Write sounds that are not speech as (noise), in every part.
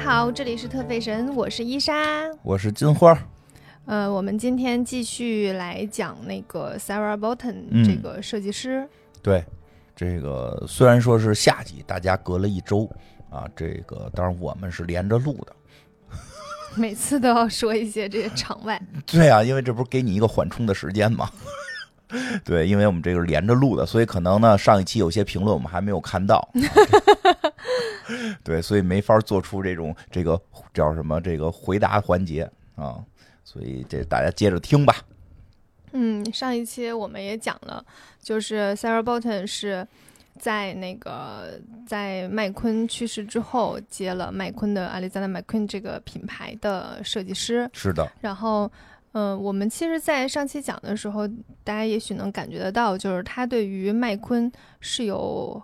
好，这里是特费神，我是伊莎。我是金花儿，呃，我们今天继续来讲那个 Sarah Bolton、嗯这个设计师。对，这个虽然说是夏季，大家隔了一周啊，这个当然我们是连着录的，每次都要说一些这些场外，对啊，因为这不是给你一个缓冲的时间嘛。 (laughs) 对，因为我们这个是连着录的，所以可能呢，上一期有些评论我们还没有看到， (laughs) 对，所以没法做出这种这个叫什么这个回答环节啊，所以这大家接着听吧。嗯，上一期我们也讲了，就是 Sarah Bolton 是在那个在麦昆去世之后接了麦昆的 Alexander McQueen 这个品牌的设计师。是的，然后，嗯、我们其实，在上期讲的时候，大家也许能感觉得到，就是他对于麦昆是有，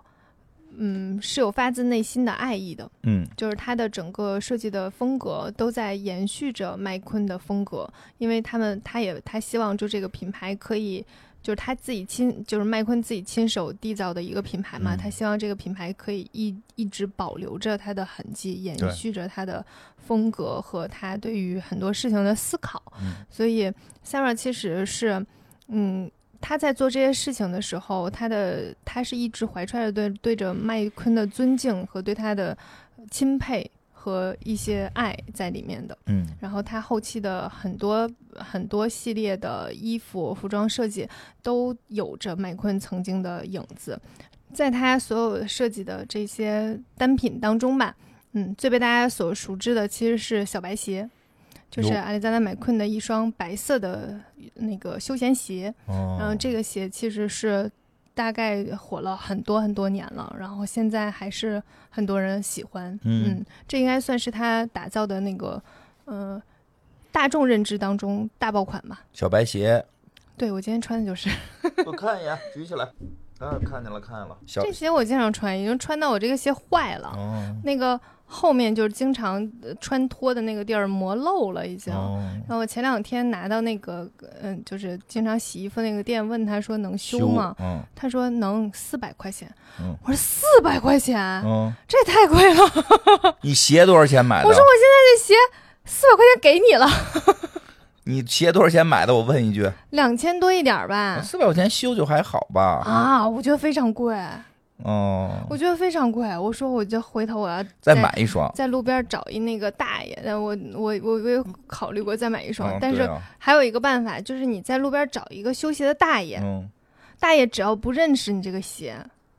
嗯，是有发自内心的爱意的，嗯，就是他的整个设计的风格都在延续着麦昆的风格，因为他们，他也，他希望就这个品牌可以。就是他自己亲，就是麦昆自己亲手缔造的一个品牌嘛，嗯他希望这个品牌可以一一直保留着它的痕迹，延对续着它的风格和他对于很多事情的思考。嗯所以 Sarah 其实是，嗯，她在做这些事情的时候，她的她是一直怀揣着对对着麦昆的尊敬和对他的钦佩和一些爱在里面的。嗯，然后她后期的很多很多系列的衣服、服装设计都有着麦昆曾经的影子，在她所有设计的这些单品当中吧，嗯，最被大家所熟知的其实是小白鞋，就是哟阿里扎纳麦昆的一双白色的那个休闲鞋，哦然后这个鞋其实是。大概火了很多很多年了，然后现在还是很多人喜欢。嗯这应该算是他打造的那个，呃，大众认知当中大爆款吧。小白鞋，对我今天穿的就是我看一眼，举起来。啊，看见了，看见了。小这鞋，我经常穿，已经穿到我这个鞋坏了，哦那个后面就是经常呃穿脱的那个地儿磨漏了，已经。哦，然后我前两天拿到那个，嗯，就是经常洗衣服那个店，问他说能修修吗？？嗯他说能，四百块钱。嗯我说四百块钱，嗯，这也太贵了。你鞋多少钱买的？我说我现在这鞋四百块钱给你了，你鞋多少钱买的？我问一句，两千多一点儿吧。四百块钱修就还好吧？啊，我觉得非常贵，嗯哦，我觉得非常贵。我说，我就回头我要在再买一双。在路边找一那个大爷，但我我我我有考虑过再买一双，嗯但对是啊还有一个办法，就是你在路边找一个修鞋的大爷，嗯，哎大爷只要不认识你这个鞋，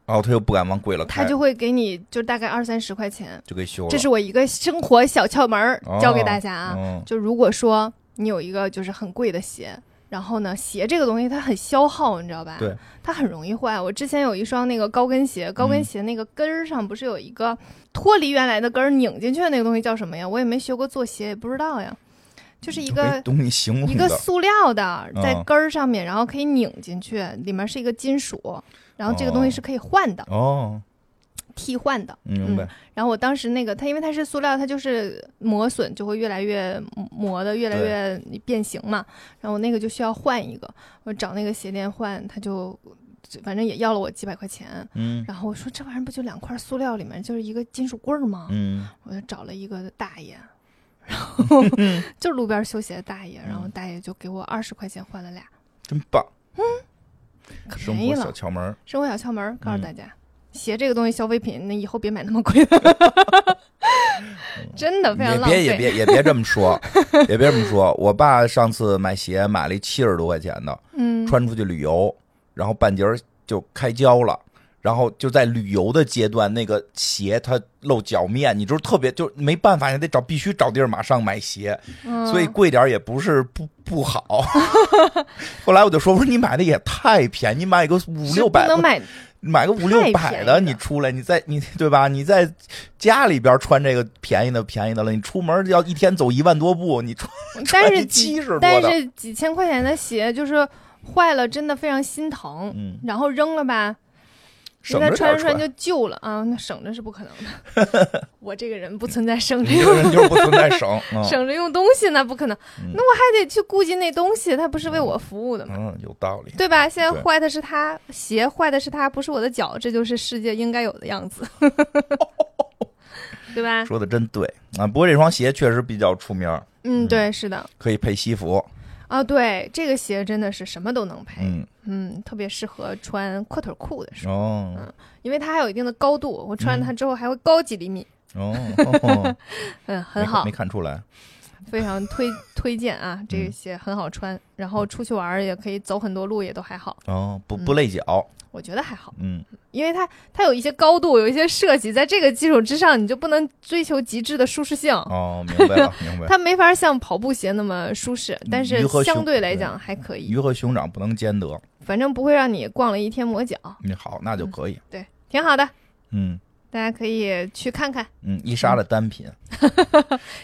然后他又不敢往贵了他开，就会给你就大概二三十块钱。就给修了。这是我一个生活小窍门儿，哦教给大家啊。嗯就如果说你有一个就是很贵的鞋，然后呢，鞋这个东西它很消耗，你知道吧？对，嗯它很容易坏。我之前有一双那个高跟鞋，高跟鞋那个跟儿上不是有一个脱离原来的跟儿拧进去的那个东西叫什么呀？我也没学过做鞋，也不知道呀。就是一没个懂你形容一个的，塑料的，嗯在跟儿上面，然后可以拧进去，里面是一个金属，然后这个东西是可以换的，哦，替换的。明白。然后我当时那个它，因为它是塑料，它就是磨损就会越来越磨的越来越变形嘛。然后我那个就需要换一个，我找那个鞋店换，他就就反正也要了我几百块钱。嗯然后我说这玩意儿不就两块塑料里面就是一个金属棍儿吗？嗯，我就找了一个大 (laughs) 爷，然后 (laughs) 就路边修鞋的大爷，然后大爷就给我二十块钱换了俩，真棒，可生便宜活小了。窍门儿。生活小窍门儿，告诉嗯大家，鞋这个东西消费品，那以后别买那么贵 (laughs) 的，真的非常也浪别也费。别也别这么说， (laughs) 也别这么说。我爸上次买鞋买了一七十多块钱的，嗯，穿出去旅游，然后半截儿就开胶了。然后就在旅游的阶段，那个鞋它露脚面，你就是特别就没办法，你得找必须找地儿马上买鞋，嗯所以贵点儿也不是不 (laughs) 不好。后来我就说，我说你买的也太便宜，你买个五是六百不，能 (laughs) 买，买个五六百太便宜了的，你出来，你在你对吧？你在家里边穿这个便宜的便宜的了，你出门要一天走一万多步，你穿但穿是一几70多的但是几千块钱的鞋就是坏了，真的非常心疼。嗯，然后扔了吧，人省家着点穿儿着穿穿。就旧了啊，那省着是不可能的。 (laughs) 我这个人不存在省着你这用个人就是不存在 (laughs) 省，嗯省着用东西，那不可能嗯，那我还得去顾及那东西，它不是为我服务的嘛，嗯，有道理。对吧？现在对坏的是它， (laughs) 鞋坏的是它，不是我的脚，这就是世界应该有的样子。对吧？说的真对啊。不过这双鞋确实比较出名，嗯，对，是的，可以配西服。啊，对，这个鞋真的是什么都能配，嗯，嗯，特别适合穿阔腿裤的时候，哦因为它还有一定的高度，我穿它之后还会高几厘米， (laughs) 哦，嗯，没很看好没，看出来。非常推推荐啊，这个鞋很好穿，然后出去玩儿也可以走很多路，也都还好，哦，不嗯不累脚，我觉得还好，嗯，因为它它有一些高度，有一些设计，在这个基础之上，你就不能追求极致的舒适性，哦，明 (laughs) 白了，明白。它没法像跑步鞋那么舒适，但鱼是和熊相对来讲还可以，鱼和熊掌不能兼得，反正不会让你逛了一天磨脚，你好，那嗯就可以，对，挺好的，嗯大家可以去看看。嗯，伊莎的单品，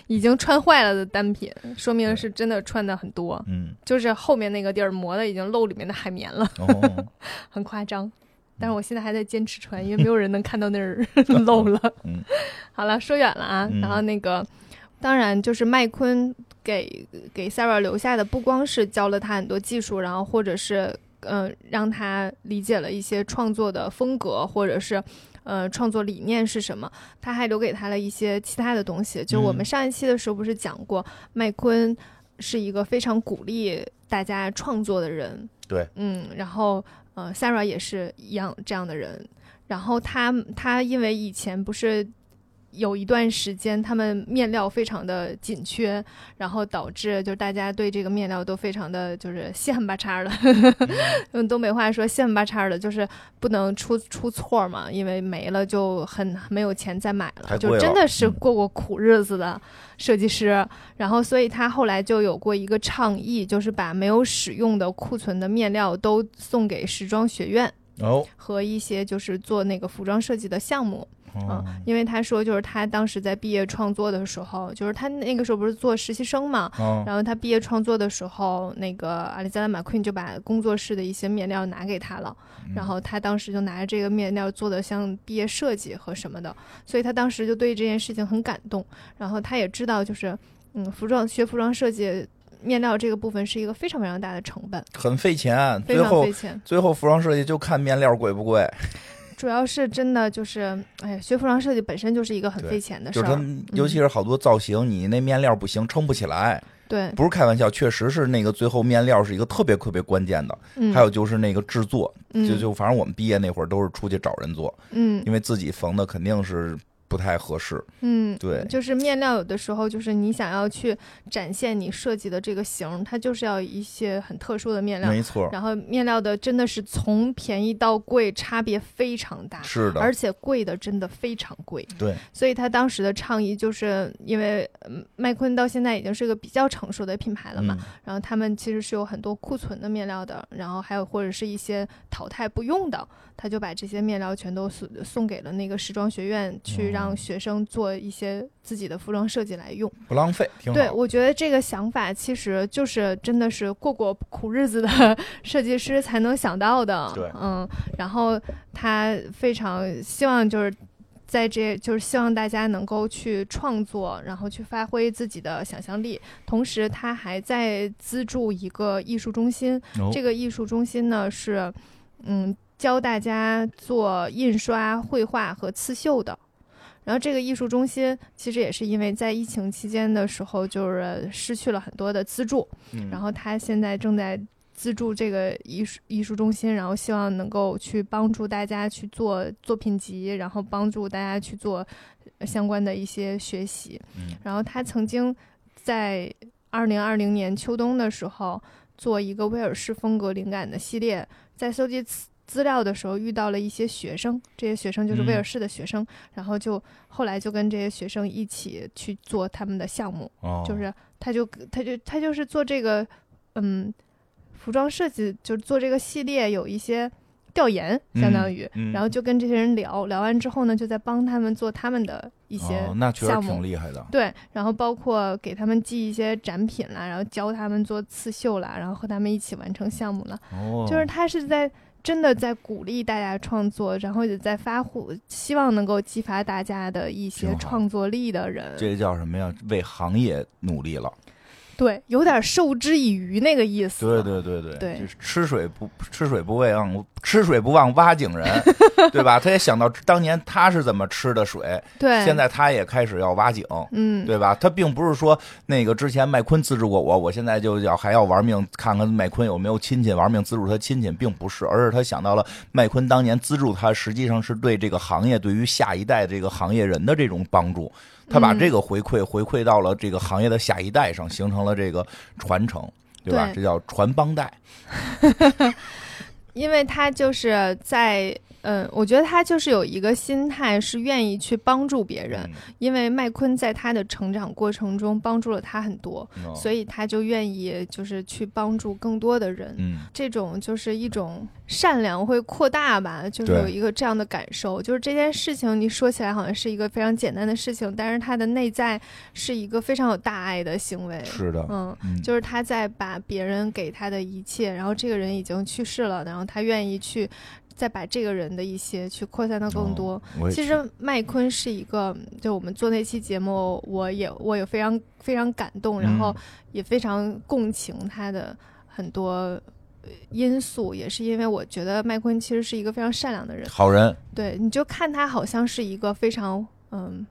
已经穿坏了的单品，说明是真的穿的很多，嗯，就是后面那个地儿磨的已经露里面的海绵了， (laughs) 哦，很夸张。但是我现在还在坚持穿，因为没有人能看到那儿 (laughs) 露了。嗯 (laughs) 好了，说远了啊。嗯然后那个，当然就是麦昆给给 Sarah 留下的不光是教了他很多技术，然后或者是嗯、呃让他理解了一些创作的风格，或者是呃创作理念是什么，他还留给他了一些其他的东西。就我们嗯上一期的时候不是讲过，麦昆是一个非常鼓励大家创作的人。对，嗯，然后呃，Sarah 也是一样这样的人。然后他他因为以前不是有一段时间他们面料非常的紧缺，然后导致就是大家对这个面料都非常的就是稀罕巴叉的，嗯 (laughs) 用东北话说稀罕巴叉的，就是不能出出错嘛，因为没了就很没有钱再买了，太贵就真了的是嗯过过苦日子的设计师。然后，所以他后来就有过一个倡议，就是把没有使用的库存的面料都送给时装学院。哦，和一些就是做那个服装设计的项目，嗯哦，因为他说就是他当时在毕业创作的时候，就是他那个时候不是做实习生嘛，哦，然后他毕业创作的时候，那个阿里加拉马昆就把工作室的一些面料拿给他了，嗯然后他当时就拿着这个面料做的像毕业设计和什么的，所以他当时就对这件事情很感动，然后他也知道就是，嗯，服装学服装设计面料这个部分是一个非常非常大的成本，很费钱，非最常后费钱。最后服装设计就看面料贵不贵，主要是真的就是，哎呀，学服装设计本身就是一啊嗯个很对费钱的就事是它儿，，尤其是好多造型，你那面料不行，撑不起来，对，不是开玩笑，确实是那个最后面料是一个特别特别关键的，嗯，还有就是那个制作，嗯就就反正我们毕业那会儿都是出去找人做，嗯因为自己缝的肯定是不太合适，嗯，对就是面料有的时候就是你想要去展现你设计的这个型儿，它就是要一些很特殊的面料，没错，然后面料的真的是从便宜到贵差别非常大，是的，而且贵的真的非常贵，对，所以他当时的倡议就是因为嗯麦昆到现在已经是个比较成熟的品牌了嘛，嗯然后他们其实是有很多库存的面料的，然后还有或者是一些淘汰不用的，他就把这些面料全都送送给了那个时装学院，去让学生做一些自己的服装设计来用。不浪费，挺对，好，我觉得这个想法其实就是真的是过过苦日子的 (laughs) 设计师才能想到的。对嗯，然后他非常希望就是。在这就是希望大家能够去创作，然后去发挥自己的想象力。同时，他还在资助一个艺术中心，这个个艺术中心呢是，嗯，教大家做印刷、绘画和刺绣的。然后这个艺术中心其实也是因为在疫情期间的时候，就是失去了很多的资助，嗯然后他现在正在资助这个艺术艺术中心，然后希望能够去帮助大家去做作品集，然后帮助大家去做呃相关的一些学习。嗯然后他曾经在二零二零年秋冬的时候做一个威尔士风格灵感的系列，在搜集资资料的时候遇到了一些学生，这些学生就是威嗯尔士的学生，然后就后来就跟这些学生一起去做他们的项目，哦就是他就他就他就是做这个，嗯，服装设计，就是做这个系列有一些调研，相当于，嗯然后就跟这些人聊聊完之后呢，就在帮他们做他们的一些、哦那确实项目挺厉害的，对，然后包括给他们寄一些展品啦，然后教他们做刺绣啦，然后和他们一起完成项目啦，哦，就是他是在。真的在鼓励大家创作，然后也在发呼，希望能够激发大家的一些挺好创作力的人。这个叫什么呀？为行业努力了，对，有点授之以鱼那个意思。对对对对，对就是吃水不吃水不喂忘，吃水不忘挖 (laughs) 井人，对吧？他也想到当年他是怎么吃的水，对，现在他也开始要挖井，嗯，对吧？他并不是说那个之前麦昆资助过我，我现在就要还要玩命看看麦昆有没有亲戚，玩命资助他亲戚，并不是，而是他想到了麦昆当年资助他，实际上是对这个行业、对于下一代这个行业人的这种帮助。他把嗯这个回馈回馈到了这个行业的下一代上，形成了这个传承，对吧？对这叫传帮带。因为他就是在。嗯，我觉得他就是有一个心态，是愿意去帮助别人，嗯因为麦昆在他的成长过程中帮助了他很多，嗯，嗯所以他就愿意就是去帮助更多的人。嗯，这种就是一种善良会扩大吧，就是对有一个这样的感受，就是这件事情你说起来好像是一个非常简单的事情，但是它的内在是一个非常有大爱的行为。是的，嗯，嗯，就是他在把别人给他的一切，然后这个人已经去世了，然后他愿意去再把这个人的一些去扩散到更多。哦我也其是实麦昆是一个，就我们做那期节目，我也我也非常非常感动，然后嗯也非常共情他的很多呃因素，也是因为我觉得麦昆其实是一个非常善良的人。好人，对，你就看他好像是一个非常嗯，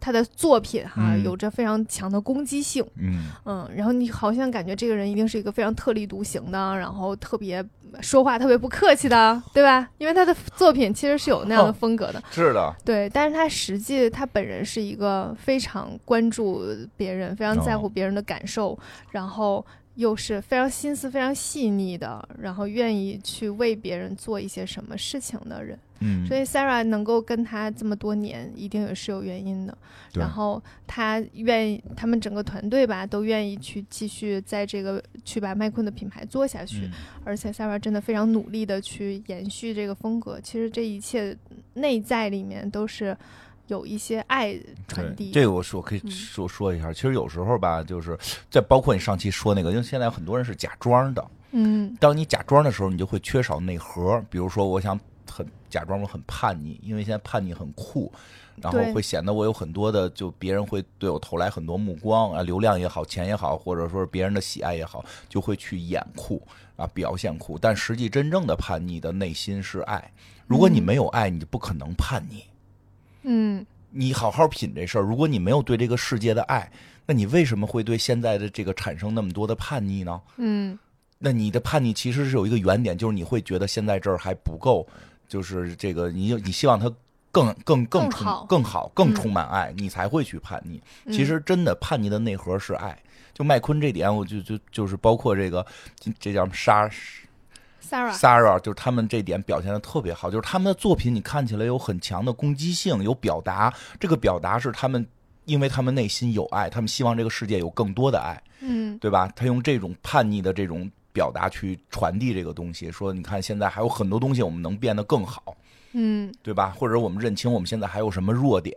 他的作品哈、嗯有着非常强的攻击性，嗯， (laughs) 嗯，然后你好像感觉这个人一定是一个非常特立独行的，然后特别说话特别不客气的，对吧？因为他的作品其实是有那哦样的风格的。是的，对，但是他实际他本人是一个非常关注别人、非常在乎哦别人的感受，然后又是非常心思非常细腻的，然后愿意去为别人做一些什么事情的人。嗯，所以 Sarah 能够跟他这么多年，一定也是有原因的。对然后他愿意，他们整个团队吧，都愿意去继续在这个去把麦昆的品牌做下去。嗯而且 Sarah 真的非常努力的去延续这个风格。其实这一切内在里面都是有一些爱传对，递。这个我说可以嗯说说一下，其实有时候吧，就是在包括你上期说那个，因为现在很多人是假装的，嗯当你假装的时候，你就会缺少内核。比如说，我想很假装我很叛逆，因为现在叛逆很酷，然后对会显得我有很多的，就别人会对我投来很多目光啊，流量也好，钱也好，或者说是别人的喜爱也好，就会去演酷啊，表现酷。但实际真正的叛逆的内心是爱。如果你嗯没有爱，你就不可能叛逆。嗯，你好好品这事儿，如果你没有对这个世界的爱，那你为什么会对现在的这个产生那么多的叛逆呢？嗯，那你的叛逆其实是有一个原点，就是你会觉得现在这儿还不够，就是这个你你希望它更更更更充好更好更嗯充满爱，你才会去叛逆。嗯其实真的叛逆的内核是爱。就麦昆这点，我就就就是包括这个这这叫什么莎 Sarah Sarah，就是他们这点表现的特别好，就是他们的作品你看起来有很强的攻击性，有表达，这个表达是他们。因为他们内心有爱，他们希望这个世界有更多的爱，嗯对吧？他用这种叛逆的这种表达去传递这个东西，说你看现在还有很多东西我们能变得更好，嗯对吧？或者我们认清我们现在还有什么弱点，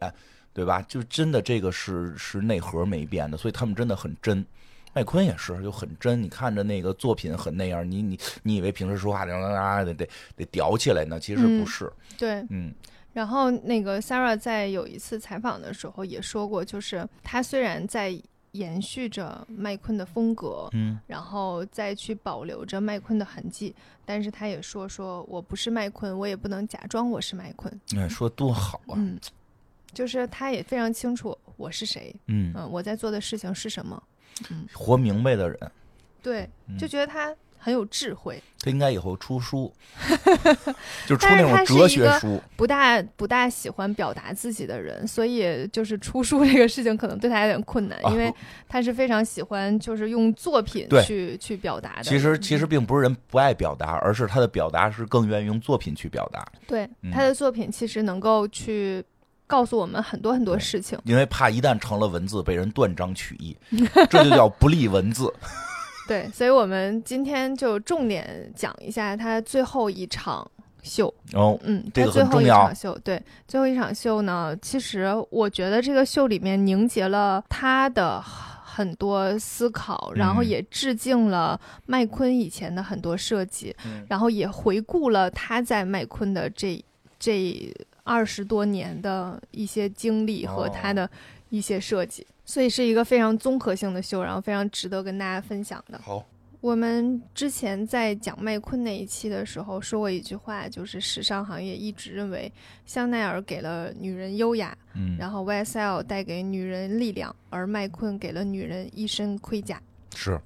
对吧？就真的这个是是内核没变的，所以他们真的很真。麦昆也是，就很真。你看着那个作品很那样，你你你以为平时说话啦啦啦的得得屌起来呢，其实不是。对。嗯然后那个 Sarah 在有一次采访的时候也说过，就是她虽然在延续着麦昆的风格，嗯然后再去保留着麦昆的痕迹，但是她也说说我不是麦昆，我也不能假装我是麦昆。哎，说多好啊！嗯，就是她也非常清楚我是谁，嗯，嗯，我在做的事情是什么。活明白的人，对，嗯就觉得她很有智慧，他应该以后 (laughs) 出书，就出但那是他种是哲一学个书。不大不大喜欢表达自己的人，所以就是出书这个事情可能对她有点困难，啊因为她是非常喜欢就是用作品对去去表达的。啊其实其实并不是人不爱表达，而是他的表达是更愿意用作品去表达，对嗯她的作品其实能够去告诉我们很多很多对事情。因为怕一旦成了文字被人断章取义，这就叫不立文字。对，所以我们今天就重点讲一下她最后一场秀。哦，嗯，这他个最很后一重要场秀，对，最后一场秀呢，其实我觉得这个秀里面凝结了他的很多思考，然后嗯也致敬了麦昆以前的很多设计，嗯然后也回顾了他在麦昆的这这二十多年的一些经历和哦他的一些设计。所以是一个非常综合性的秀，然后非常值得跟大家分享的。 (laughs) 好，我们之前在讲麦昆那一期的时候说过一句话，就是时尚行业一直认为香奈儿给了女人优雅，嗯，然后 YSL 带给女人力量，而麦昆给了女人一身盔甲。是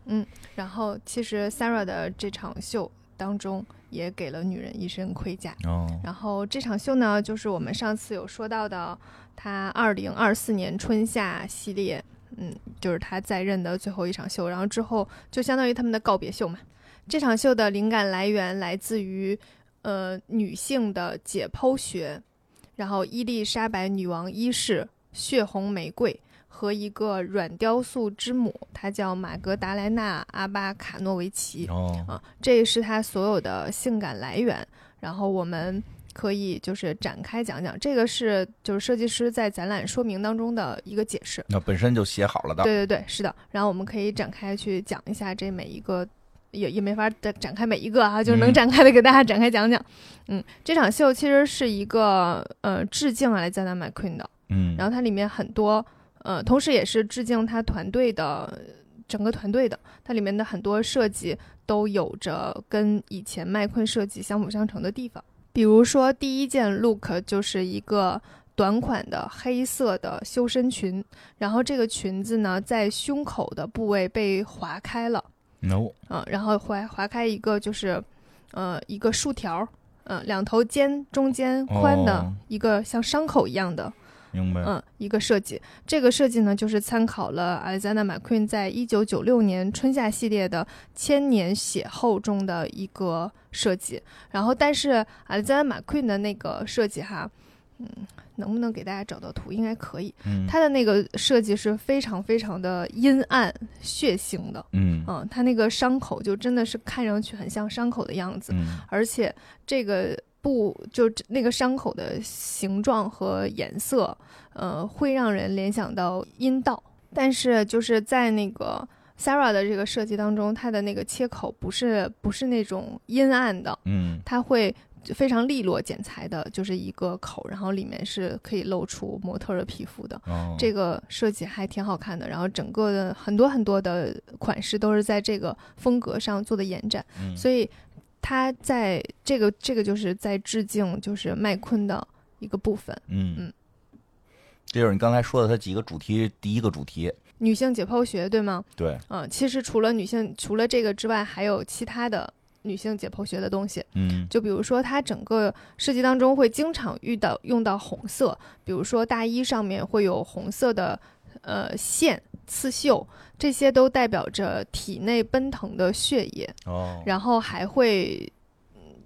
然后其实 Sarah 的这场秀当中也给了女人一身盔甲。哦，然后这场秀呢，就是我们上次有说到的，他二零二四年春夏系列，嗯，就是他在任的最后一场秀，然后之后就相当于他们的告别秀嘛。这场秀的灵感来源来自于，呃，女性的解剖学，然后伊丽莎白女王一世血红玫瑰和一个软雕塑之母，她叫玛格达莱娜·阿巴卡诺维奇。哦，啊，这是它所有的性感来源。然后我们可以就是展开讲讲，这个是就是设计师在展览说明当中的一个解释。那本身就写好了的，对对对，是的。然后我们可以展开去讲一下这每一个，也也没法展展开每一个啊，就是能嗯展开的给大家展开讲讲。嗯这场秀其实是一个呃致敬来加拿大 McQueen 的，嗯，然后它里面很多，呃，同时也是致敬他团队的整个团队的，它里面的很多设计都有着跟以前麦昆设计相辅相成的地方。比如说第一件 look 就是一个短款的黑色的修身裙，然后这个裙子呢在胸口的部位被划开了， no，嗯，然后划划开一个就是，呃，一个竖条儿，嗯、两头尖中间宽的哦一个像伤口一样的明白，嗯，一个设计。这个设计呢，就是参考了 Alexander McQueen 在1996年春夏系列的《千年血后》中的一个设计。然后，但是 Alexander McQueen 的那个设计哈，嗯，能不能给大家找到图？应该可以。嗯，它的那个设计是非常非常的阴暗血腥的。嗯嗯，它那个伤口就真的是看上去很像伤口的样子。嗯，而且这个布就这那个伤口的形状和颜色，呃，会让人联想到阴道。但是就是在那个 Sarah 的这个设计当中，它的那个切口不是不是那种阴暗的，嗯，它会非常利落剪裁的，就是一个口，然后里面是可以露出模特儿的皮肤的。哦，这个设计还挺好看的，然后整个的很多很多的款式都是在这个风格上做的延展，嗯所以他在这个这个就是在致敬就是麦昆的一个部分，嗯嗯，这就是你刚才说的它几个主题，第一个主题，女性解剖学对吗？对，嗯、其实除了女性除了这个之外，还有其他的女性解剖学的东西，嗯，就比如说，它整个设计当中会经常遇到用到红色，比如说大衣上面会有红色的呃线刺绣，这些都代表着体内奔腾的血液，哦，然后还会。嗯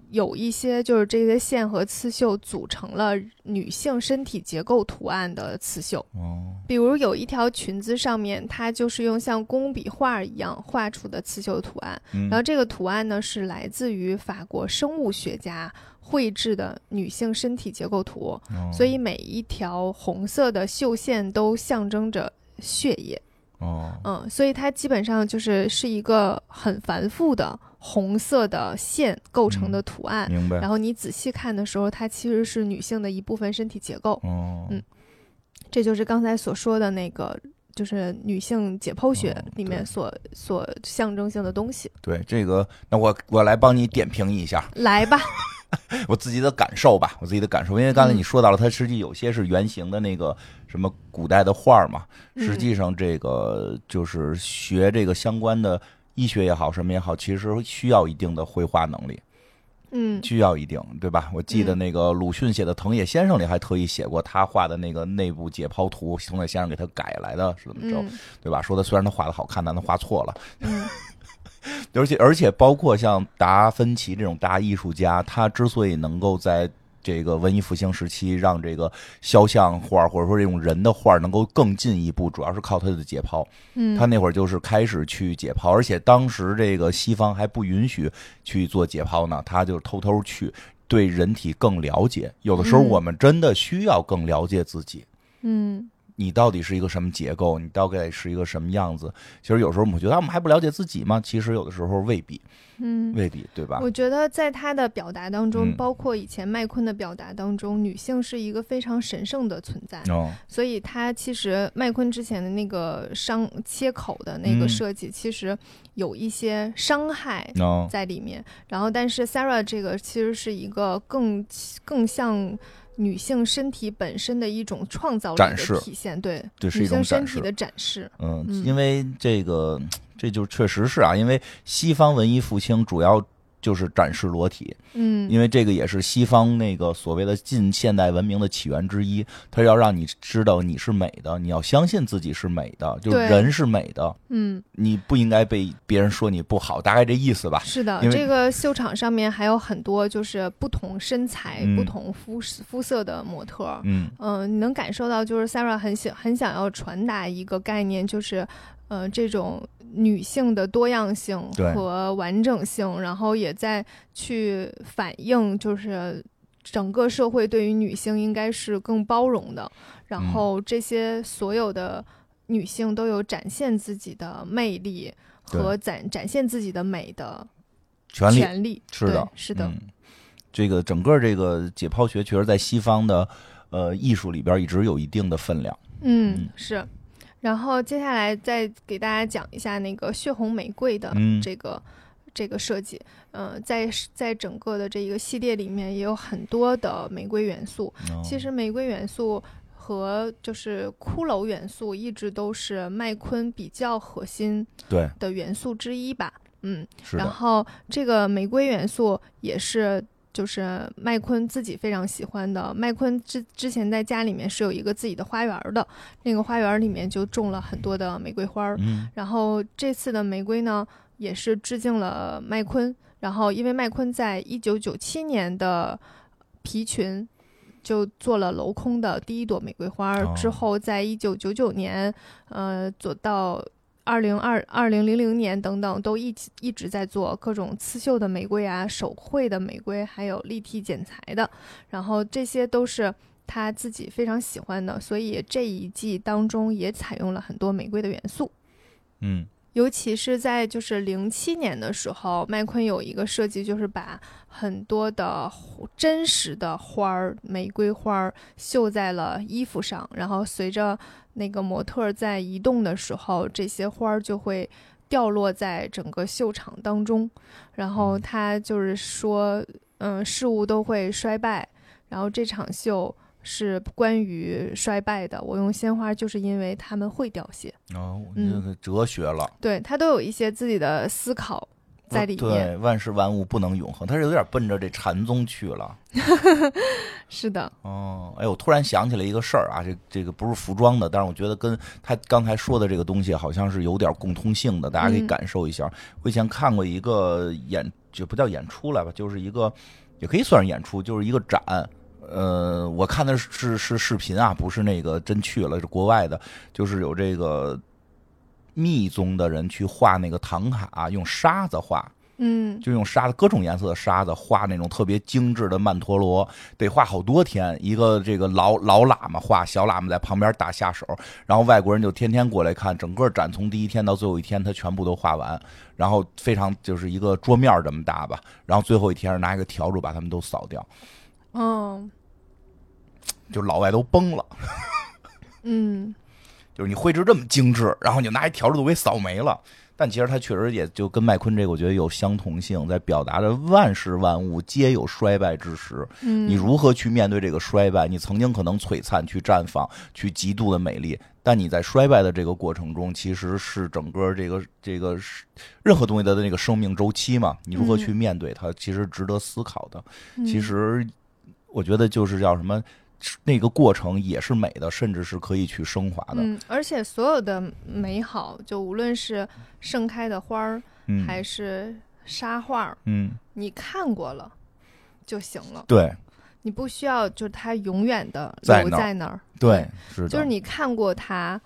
有一些就是这些线和刺绣组成了女性身体结构图案的刺绣，哦，比如有一条裙子上面，它就是用像工笔画一样画出的刺绣图案，然然后这个图案呢是来自于法国生物学家绘制的女性身体结构哦图，所以每一条红色的绣线都象征着血液。哦，嗯，所以它基本上就是是一个很繁复的红色的线构成的图案。嗯明白嗯然，后你仔细看的时候，它其实是女性的一部分身体结构，哦，嗯这就是刚才所说的那个，就是女性解剖学哦里面对所、所象征性的东西。对这个，那我我来帮你点评一下来吧，我自己的感受吧，我自己的感受，因为刚才嗯你说到了，它实际有些是原型的那个什么古代的画儿嘛，实嗯际上这个就是学这个相关的医学也好，什么也好，其实需要一定的绘画能力。嗯，需要一定，对吧？我记得嗯那个鲁迅写的《藤野先生》里还特意写过他画的那个内部解剖图，藤野先生给他改来的，是怎么着，嗯对吧？说他虽然他画的好看，但他画错了，嗯而且而且包括像达芬奇这种大艺术家，他之所以能够在这个文艺复兴时期让这个肖像画或者说这种人的画能够更进一步，主要是靠他的解剖。嗯，他那会儿就是开始去解剖，而且当时这个西方还不允许去做解剖呢，他就偷偷去对人体更了解。有的时候嗯我们真的需要更了解自己，嗯你到底是一个什么结构，你到底是一个什么样子。其实有时候我们会觉得啊我们还不了解自己吗？其实有的时候未必，嗯，未必，对吧？我觉得在他的表达当中，嗯包括以前麦昆的表达当中，女性是一个非常神圣的存在。哦，所以他其实麦昆之前的那个伤切口的那个嗯设计，其实有一些伤害哦，在里面。然后，但是 Sarah 这个其实是一个更更像。女性身体本身的一种创造力展的示体现，对，对是女一性种身展体示的展示，嗯，嗯因为这个，这就确实是啊，因为西方文艺复兴主要就是展示裸体，嗯，因为这个也是西方那个所谓的近现代文明的起源之一，它要让你知道你是美的，你要相信自己是美的，就是对人是美的，嗯，你不应该被别人说你不好，大概这意思吧。是的，因为这个秀场上面还有很多就是不同身材、嗯不同肤色肤色的模特儿。嗯嗯、你能感受到，就是 Sarah 很想很想要传达一个概念，就是，呃，这种女性的多样性对和完整性，然后也在去反映，就是整个社会对于女性应该是更包容的，然嗯后这些所有的女性都有展现自己的魅力对和展展现自己的美的权利权利，是对的是的，嗯，这个整个这个解剖学确实在西方的呃艺术里边一直有一定的分量。嗯嗯，是。然后接下来再给大家讲一下那个血红玫瑰的嗯这个、这个设计，呃，在在整个的这一个系列里面也有很多的玫瑰元素。嗯哦其实玫瑰元素和就是骷髅元素一直都是麦昆比较核心对，的元素之一吧。嗯，是然的，后这个玫瑰元素也是就是麦昆自己非常喜欢的。麦昆之之前在家里面是有一个自己的花园的，那个花园里面就种了很多的玫瑰花儿。嗯然后这次的玫瑰呢，也是致敬了麦昆。然后因为麦昆在一九九七年的皮裙。就做了镂空的第一朵玫瑰花儿，哦之后在一九九九年，呃，做到二零二二零零零年等等，都一起一直在做各种刺绣的玫瑰啊、手绘的玫瑰，还有立体剪裁的，然后这些都是他自己非常喜欢的，所以这一季当中也采用了很多玫瑰的元素。嗯尤其是在就是零七年的时候，麦昆有一个设计，就是把很多的花真实的花儿，玫瑰花儿绣在了衣服上，然后随着那个模特儿在移动的时候，这些花儿就会掉落在整个秀场当中。然后他就是说，嗯，事物都会衰败，然后这场秀是关于衰败的。我用鲜花，就是因为它们会凋谢。哦，嗯这个哲学了。对他都有一些自己的思考在里面。呃对，万事万物不能永恒，他是有点奔着这禅宗去了。是的，哦，哎，我突然想起来一个事儿啊，这这个不是服装的，但是我觉得跟他刚才说的这个东西好像是有点共通性的，大家可以嗯感受一下。我以前看过一个演，就不叫演出来吧，就是一个也可以算是演出，就是一个展。呃，我看的是是是视频啊，不是那个真去了，是国外的，就是有这个密宗的人去画那个唐卡，啊用沙子画。嗯，就用沙子各种颜色的沙子画那种特别精致的曼陀罗，得画好多天。一个这个老老喇嘛画，小喇嘛在旁边打下手，然后外国人就天天过来看，整个展从第一天到最后一天，他全部都画完，然后非常就是一个桌面这么大吧，然后最后一天拿一个笤帚把他们都扫掉，嗯，就老外都崩了，嗯，就是你绘制这么精致，然后你就拿一笤帚都给扫没了。但其实他确实也就跟麦昆这个，我觉得有相同性，在表达着万事万物皆有衰败之时，嗯，你如何去面对这个衰败？你曾经可能璀璨、去绽放、去极度的美丽，但你在衰败的这个过程中，其实是整个这个这个是任何东西的那个生命周期嘛？你如何去面对它，其实值得思考的。嗯其实，我觉得就是叫什么，那个过程也是美的，甚至是可以去升华的。嗯，而且所有的美好，就无论是盛开的花儿，嗯，还是沙画儿，嗯，你看过了就行了，对你不需要就是它永远的在留那儿在那儿，对，是的，就是你看过它，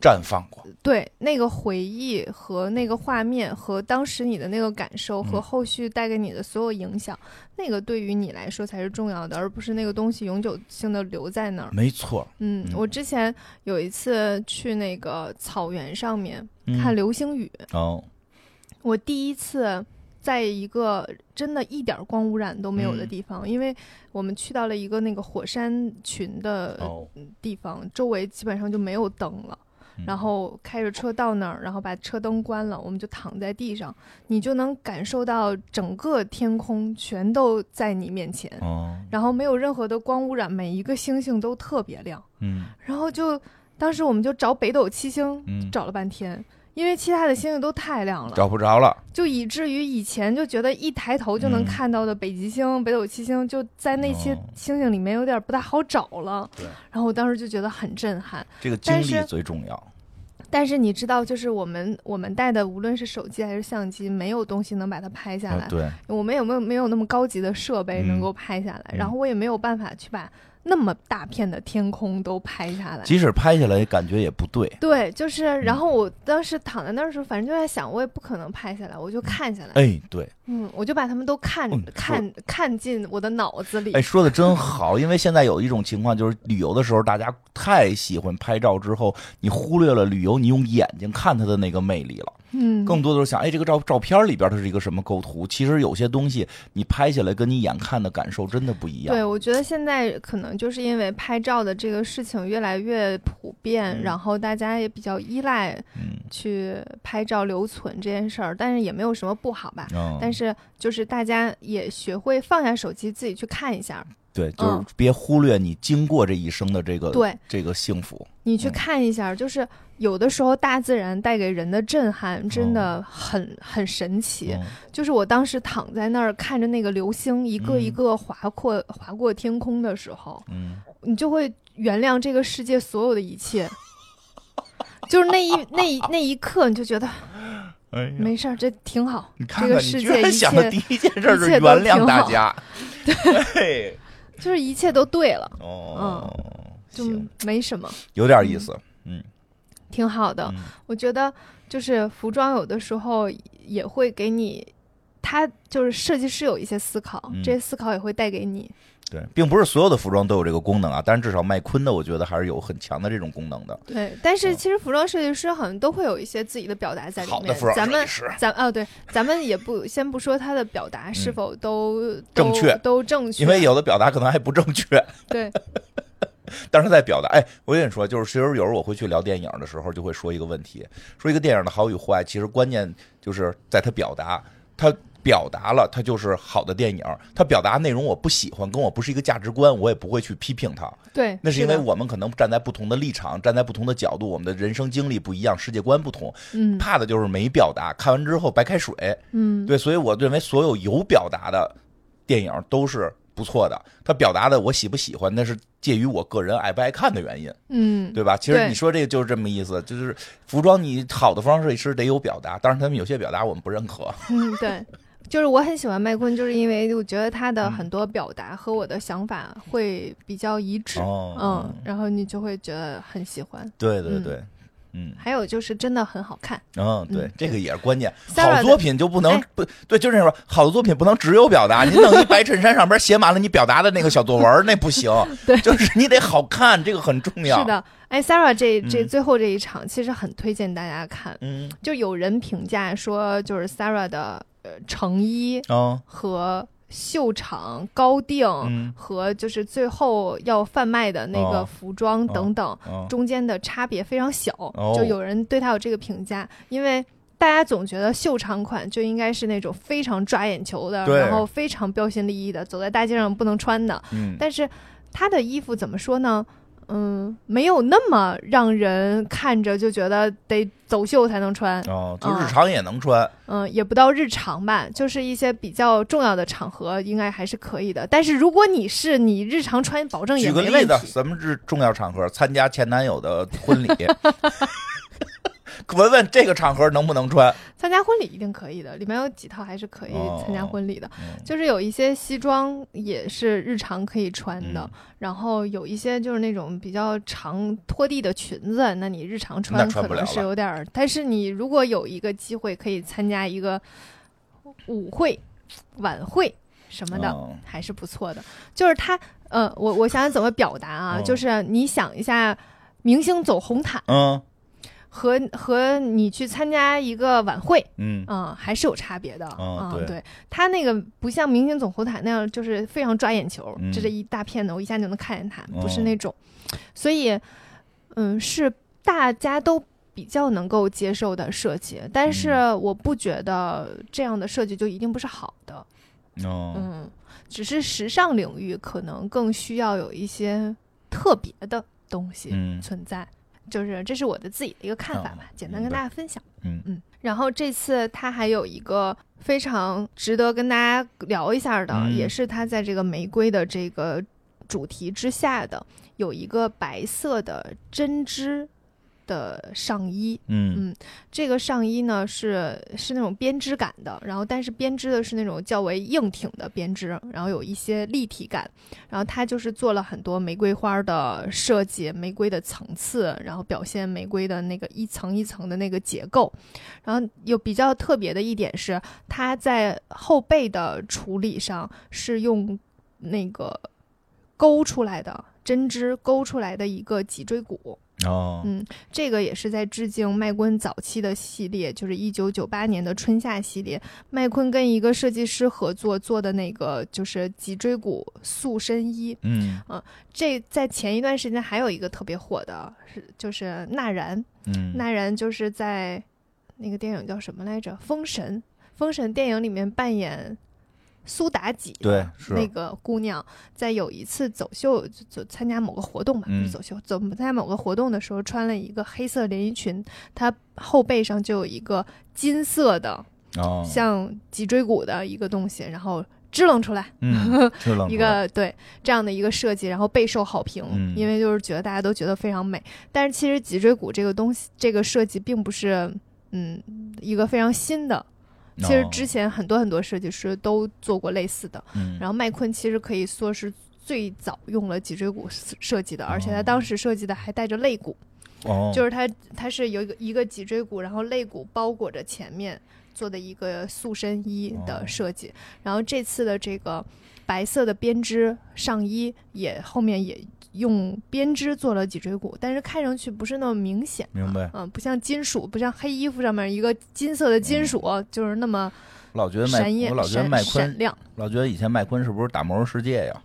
绽放过。对那个回忆和那个画面和当时你的那个感受和嗯后续带给你的所有影响，那个对于你来说才是重要的，而不是那个东西永久性的留在那儿。没错，嗯嗯，我之前有一次去那个草原上面嗯看流星雨，哦，我第一次在一个真的一点儿光污染都没有的嗯地方，因为我们去到了一个那个火山群的哦，地方，周围基本上就没有灯了。嗯然后开着车到那儿，然后把车灯关了，我们就躺在地上，你就能感受到整个天空全都在你面前，哦，然后没有任何的光污染，每一个星星都特别亮。嗯然后就当时我们就找北斗七星，嗯，找了半天，因为其他的星星都太亮了，找不着了，就以至于以前就觉得一抬头就能嗯看到的北极星、北斗七星，就在那些哦星星里面有点不大好找了。对然后我当时就觉得很震撼。这个经但历是最重要。但是你知道，就是我们我们带的，无论是手机还是相机，没有东西能把它拍下来哎。对，我们也没有没有那么高级的设备嗯能够拍下来，嗯然后我也没有办法去把那么大片的天空都拍下来。即使拍下来，感觉也不对。对，就是，嗯然后我当时躺在那儿的时候，反正就在想，我也不可能拍下来，我就看下来，哎，对，嗯，我就把他们都看、嗯看看进我的脑子里，哎，说的真好，因为现在有一种情况，就是旅游的时候，大家太喜欢拍照，之后你忽略了旅游，你用眼睛看它的那个魅力了，嗯，更多的是想，哎，这个照照片里边它是一个什么构图？其实有些东西你拍下来跟你眼看的感受真的不一样。对，我觉得现在可能就是因为拍照的这个事情越来越普遍，嗯然后大家也比较依赖嗯，去拍照留存这件事儿，但是也没有什么不好吧。嗯，但是就是大家也学会放下手机，自己去看一下，对，就是嗯别忽略你经过这一生的这个对这个幸福。你去呃嗯看一下，就是有的时候大自然带给人的震撼哦真的很、很神奇。嗯就是我当时躺在那儿看着那个流星一个一嗯个划过、划过天空的时候，嗯，你就会原谅这个世界所有的一切。就是那一那一那一刻，你就觉得哎呀没事儿，这挺好。你看这看，个你世居界然一想切的第一件事儿一是切原都挺谅大好 (laughs) 家，对，就是一切都对了，哦，嗯就行，没什么，有点意思，嗯，挺好的。嗯我觉得就是服装有的时候也会给你，它就是设计师有一些思考，嗯这些思考也会带给你。对，并不是所有的服装都有这个功能啊，但是至少麦昆的，我觉得还是有很强的这种功能的。对，但嗯是其实服装设计师好像都会有一些自己的表达在里好的面服。装咱设们计师，咱哦对，咱们也不先不说他的表达是嗯否都、都正确都正确，因为有的表达可能还不正确，对，但是在表达，哎，我跟你说，就是其实有时候我会去聊电影的时候，就会说一个问题，说一个电影的好与坏，其实关键就是在它表达，它表达了，它就是好的电影。它表达内容我不喜欢，跟我不是一个价值观，我也不会去批评它。对，那是因为的我们可能站在不同的立场，站在不同的角度，我们的人生经历不一样，世界观不同，嗯怕的就是没表达，看完之后白开水。嗯，对，所以我认为所有有表达的电影都是不错的。它表达的我喜不喜欢，那是介于我个人爱不爱看的原因，嗯，对吧？其实对你说这个就是这么意思，就是服装你好的服装设计师得有表达，当然他们有些表达我们不认可。嗯，对，就是我很喜欢麦昆，就是因为我觉得他嗯的很多表达和我的想法会比较一致，哦嗯，，然后你就会觉得很喜欢。对对嗯对。嗯还有就是真的很好看，嗯，对嗯，这个也是关键。 Sarah 好的作品就不能哎不对，就这样吧。好的作品不能只有表达，你弄一白衬衫上边写满了你表达的那个小作文儿，那不行。 (laughs) 对就是你得好看，这个很重要。是，的。哎，Sarah 这这嗯最后这一场其实很推荐大家看，嗯，就有人评价说，就是 Sarah 的呃成衣哦，和秀场高定。嗯，和就是最后要贩卖的那哦个服装等等，哦，中间的差别非常小，哦就有人对它有这个评价，因为大家总觉得秀场款就应该是那种非常抓眼球的，对然后非常标新立异的，走在大街上不能穿的。嗯，但是他的衣服怎么说呢？嗯，没有那么让人看着就觉得得走秀才能穿，哦，就日嗯常也能穿，嗯，也不到日常吧，就是一些比较重要的场合应该还是可以的。但是如果你是你日常穿，保证也举个没例问题 (laughs) 子，。咱们是重要场合参加前男友的婚礼，文文这个场合能不能穿？ (laughs) 参加婚礼一定可以的，里面有几套还是可以参加婚礼的。哦嗯就是有一些西装也是日常可以穿的，嗯然后有一些就是那种比较长拖地的裙子，那你日常那穿穿可不了能是了有点儿。但是你如果有一个机会可以参加一个舞会、晚会什么的，嗯还是不错的。就是他，呃，我我想想怎么表达啊，嗯就是你想一下，明星走红毯嗯和和你去参加一个晚会，嗯嗯，还是有差别的。嗯对嗯，对，他那个不像明星总红毯那样，就是非常抓眼球，嗯这是一大片的，我一下就能看见他，不是哦那种。所以，嗯，是大家都比较能够接受的设计，但是嗯我不觉得这样的设计就一定不是好的。哦嗯嗯，只是时尚领域可能更需要有一些特别的东西嗯存在，就是这是我的自己的一个看法吧，哦简单明跟白大家分享。嗯嗯，然后这次他还有一个非常值得跟大家聊一下的，嗯也是他在这个玫瑰的这个主题之下的，有一个白色的针织的上衣，嗯这个上衣呢是是那种编织感的，然后但是编织的是那种较为硬挺的编织，然后有一些立体感，然后它就是做了很多玫瑰花的设计，玫瑰的层次，然后表现玫瑰的那个一层一层的那个结构，然后有比较特别的一点是，它在后背的处理上是用那个勾出来的针织勾出来的一个脊椎骨，哦嗯这个也是在致敬麦昆早期的系列，就是一九九八年的春夏系列。麦昆跟一个设计师合作做的那个就是脊椎骨塑身衣，嗯这在前一段时间还有一个特别火的，是就是纳然，嗯纳然就是在那个电影叫什么来着，《封神》，《封神》电影里面扮演苏妲己的对是那个姑娘在有一次走秀，就就参加某个活动吧，嗯不是走秀，走参加某个活动的时候，穿了一个黑色连衣裙，她后背上就有一个金色的，哦像脊椎骨的一个东西，然后支棱出来， (laughs) 嗯知道一个对这样的一个设计，然后备受好评，嗯因为就是觉得大家都觉得非常美。但是其实脊椎骨这个东西，这个设计并不是嗯一个非常新的，其哦实之前很多很多设计师都做过类似的。嗯然后麦昆其实可以说是最早用了脊椎骨设计的，而且哦他当时设计的还带着肋骨，哦就是它它是有一个一个脊椎骨，然后肋骨包裹着前面做的一个塑身衣的哦设计。然后这次的这个白色的编织上衣也后面也用编织做了脊椎骨，但是看上去不是那么明显。明白，嗯，不像金属，不像黑衣服上面一个金色的金属，就是那么老觉得麦闪眼嗯我老觉得闪麦闪昆亮。老觉得以前麦昆是不是打魔兽世界呀，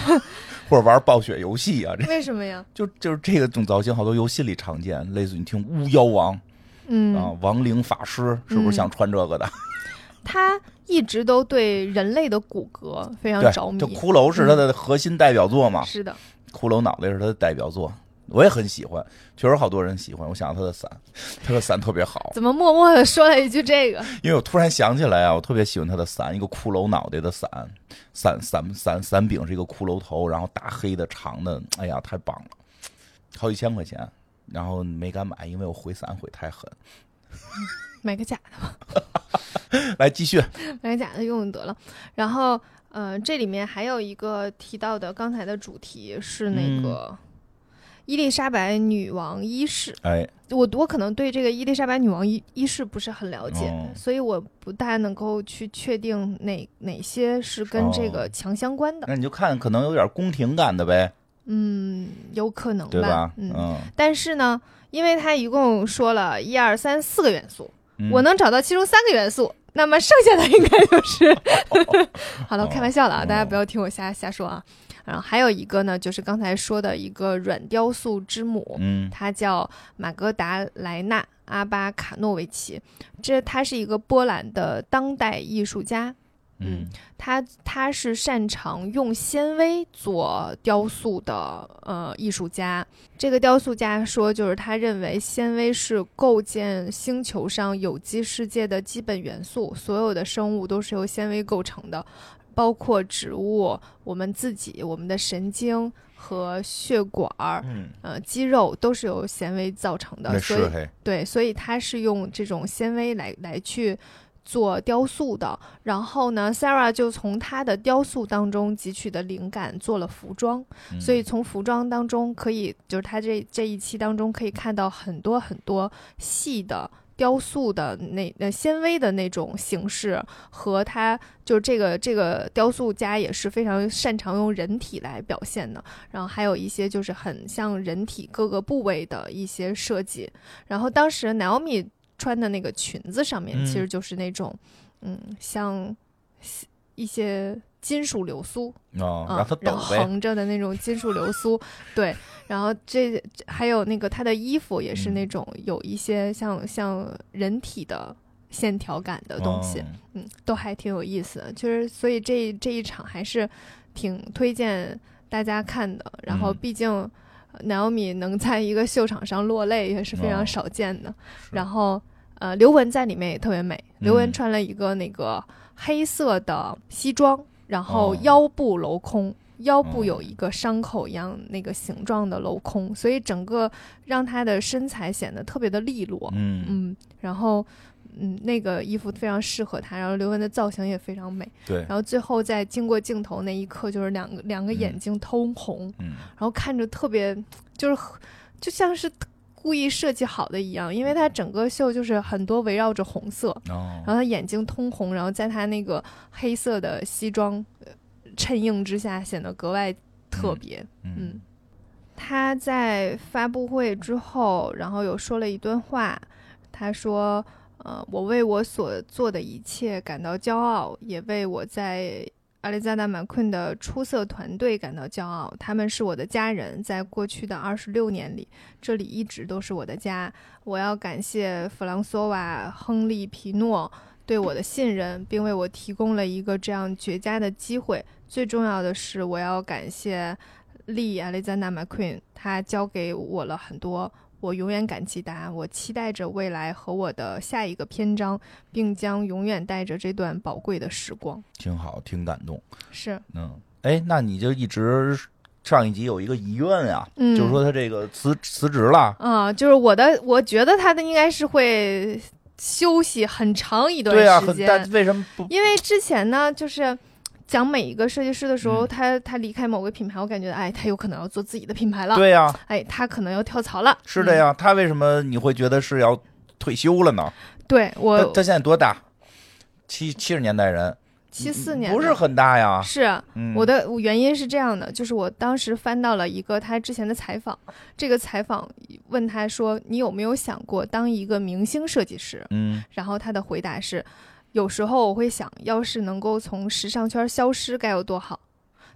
(laughs) 或者玩暴雪游戏啊？这为什么呀？就就是这个种造型，好多游戏里常见，类似于你听巫妖王嗯，啊、亡灵法师是不是想穿这个的？他一直都对人类的骨骼非常对，着迷嗯这。骷髅是他的核心代表作嘛，是的，骷髅脑袋是他的代表作，我也很喜欢，确实好多人喜欢。我想到他的伞，他的伞特 (laughs) 别好，怎么默默的说了一句这个？ (laughs) 因为我突然想起来啊，我特别喜欢他的伞，一个骷髅脑袋的伞，伞伞伞伞柄是一个骷髅头，然后大黑的长的，哎呀，太棒了，好几千块钱，然后没敢买，因为我毁伞毁太狠。 (laughs) 买个假来继续，的，买个假的用得了。然后，呃，这里面还有一个提到的刚才的主题是那嗯个伊丽莎白女王一世。哎，我我可能对这个伊丽莎白女王一一世不是很了解，哦所以我不大能够去确定哪哪些是跟这哦个强相关的。那你就看可能有点宫廷感的呗，嗯，有可能对吧？嗯，但是呢，因为它一共说了一二三四个元素，嗯我能找到其中三个元素，那么剩下的应该就是， (laughs) 好了，哦我开玩笑了啊，大家不要听我瞎瞎说啊。然后还有一个呢，就是刚才说的一个软雕塑之母，嗯它叫马格达莱纳阿巴卡诺维奇，这他是一个波兰的当代艺术家，嗯他他是擅长用纤维做雕塑的呃艺术家。这个雕塑家说，就是他认为纤维是构建星球上有机世界的基本元素，所有的生物都是由纤维构成的，包括植物、我们自己、我们的神经、和血管儿、嗯，呃肌肉都是由纤维造成的，那呃所是以嘿，对，所以它是用这种纤维来来去做雕塑的。然后呢，Sarah 就从她的雕塑当中汲取的灵感做了服装，嗯所以从服装当中可以，就是她这这一期当中可以看到很多很多细的。雕塑的那呃纤维的那种形式和它就这个这个雕塑家也是非常擅长用人体来表现的，然后还有一些就是很像人体各个部位的一些设计，然后当时 Naomi 穿的那个裙子上面，嗯其实就是那种，嗯，像一些金属流苏，哦，嗯让它然抖后呗，横着的那种金属流 (laughs) 苏，对，然后这这还有那个她的衣服也是嗯那种有一些像像人体的线条感的东西，嗯嗯，都还挺有意思的。就是所以这这一场还是挺推荐大家看的。然后嗯毕竟呃 Naomi 能在一个秀场上落泪也是非哦常少见的。是然后呃，刘雯在里面也特别美，刘雯嗯穿了一个那个黑色的西装，然后哦腰部镂空。腰部哦有一个伤口一样那个形状的镂空，所以整个让她的身材显得特别的利落。嗯，嗯，然后嗯，那个衣服非常适合她，然后刘雯的造型也非常美，对然，后最后在经过镜头那一刻，就是两个两个眼嗯睛通红，嗯，然后看着特别就是很就像是故意设计好的一样，因为她整个秀就是很多围绕着红色，然哦，后她眼睛通红，然后在她那个黑色的西装呃衬映之下，显得格外特嗯别，嗯嗯，他在发布会之后，然后有说了一段话，他说：“呃，我为我所做的一切感到骄傲，也为我在阿里扎纳马昆的出色团队感到骄傲。他们是我的家人，在过去的二十六年里，这里一直都是我的家。我要感谢弗朗索瓦·亨利·皮诺对我的信任，并为我提供了一个这样绝佳的机会。最重要的是，我要感谢利· Alexander McQueen，他教给我了很多。我永远感激他，我期待着未来和我的下一个篇章，并将永远带着这段宝贵的时光。挺好，挺感动，是，嗯，哎，那你就一直上一集有一个遗愿呀，嗯，就是说他这个辞辞职了，啊、就是我的，我觉得他的应该是会休息很长一段对呀，时很间，但为什么不？因为之前呢，就是讲每一个设计师的时候，嗯他他离开某个品牌，我感觉哎，他有可能要做自己的品牌了，对呀，哎，他可能要跳槽了，是的嗯、呀，他为什么你会觉得是要退休了呢？对他我他现在多大？七七十年代人，七四年嗯不是的很大呀。是啊嗯，我的我原因是这样的，就是我当时翻到了一个他之前的采访，这个采访问他说：“你有没有想过当一个明星设计师嗯？”然后他的回答是：“有时候我会想，要是能够从时尚圈消失该有多好。”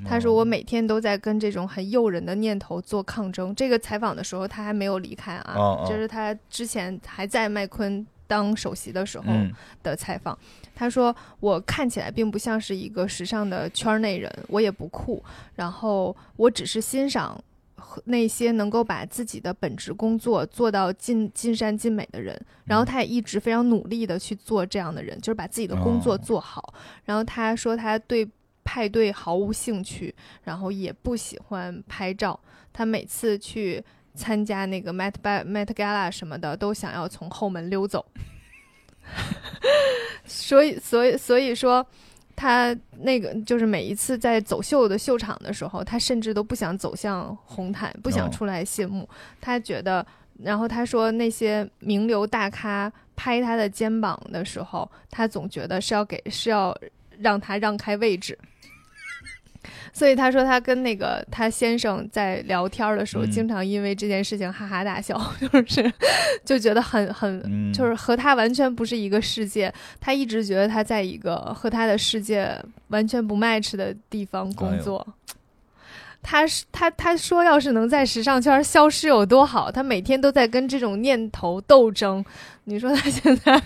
他嗯说：“哦我每天都在跟这种很诱人的念头做抗争。”这个采访的时候他还没有离开哦啊哦，就是他之前还在麦昆当首席的时候，嗯的采访，他说我看起来并不像是一个时尚的圈内人，我也不酷，然后我只是欣赏和那些能够把自己的本职工作做到尽尽善尽美的人。然后他也一直非常努力的去做这样的人，就是把自己的工作哦做好。然后他说他对派对毫无兴趣，然后也不喜欢拍照。他每次去参加那个 Met Ba- Met Gala 什么的，都想要从后门溜走。 (laughs) 所以，所以，所以说，他那个就是每一次在走秀的秀场的时候，他甚至都不想走向红毯，不想哦出来谢幕。他觉得，然后他说那些名流大咖拍他的肩膀的时候，他总觉得是要给是要让他让开位置。 (laughs) 所以他说，他跟那个他先生在聊天儿的时候，嗯经常因为这件事情哈哈大笑， (laughs) 就是就觉得很很嗯就是和他完全不是一个世界。他一直觉得他在一个和他的世界完全不 match 的地哎方工作。他是他他说，要是能在时尚圈消失有多好。他每天都在跟这种念头斗争。你说他现在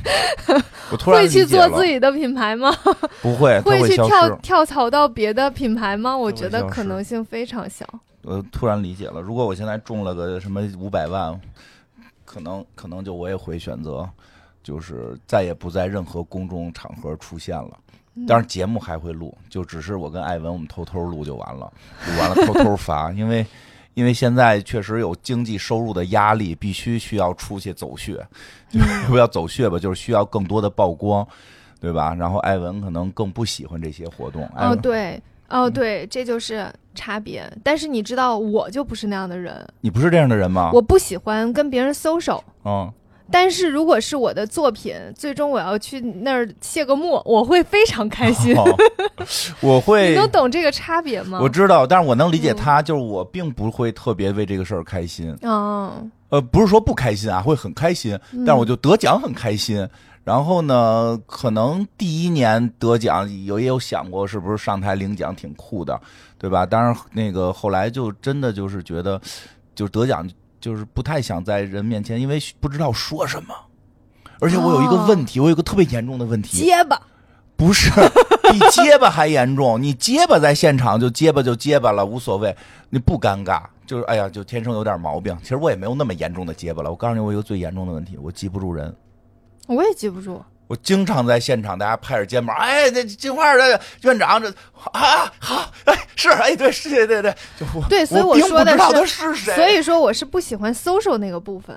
我突然会去理解做了自己的品牌吗？不会，他去消跳失。跳槽到别的品牌吗？我它会觉得消可失能性非常小。我呃突然理解了，如果我现在中了个什么五百万，可能可能就我也会选择就是再也不在任何公众场合出现了。嗯当然节目还会录，就只是我跟艾文我们偷偷录就完了，录完了偷偷发，因为因为现在确实有经济收入的压力，必须需要出去走穴，嗯 (laughs) 不要走穴吧，就是需要更多的曝光，对吧？然后艾文可能更不喜欢这些活动。艾哦，文，对，嗯哦，对，这就是差别。但是你知道，我就不是那样的人，你不是这样的人吗？我不喜欢跟别人 social。嗯，但是如果是我的作品，最终我要去那儿谢个幕，我会非常开心。好我 (laughs) 你会能懂这个差别吗？哦哎我知道，但是我能理解他，就是我并不会特别为这个事儿开心，嗯，呃，不是说不开心啊，会很开心，但是我就得奖很开心。然后呢，可能第一年得奖有也有想过是不是上台领奖挺酷的，对吧？当然，那个后来就真的就是觉得，就是得奖就是不太想在人面前，因为不知道说什么。而且我有一个哦问题，我有一个特别严重的问题，结巴。不是， (laughs) 比结巴还严重。你结巴在现场就结巴就结巴了，无所谓，你不尴尬。就是哎呀，就天生有点毛病。其实我也没有那么严重的结巴了。我告诉你，我有一个最严重的问题，我记不住人。我也记不住，我经常在现场，大家拍着肩膀，哎，这金花的院长这啊好，哎是哎对是对对对，就我对所以我我并说不的知道是他是谁，哦所以说我是不喜欢 social 那个部分。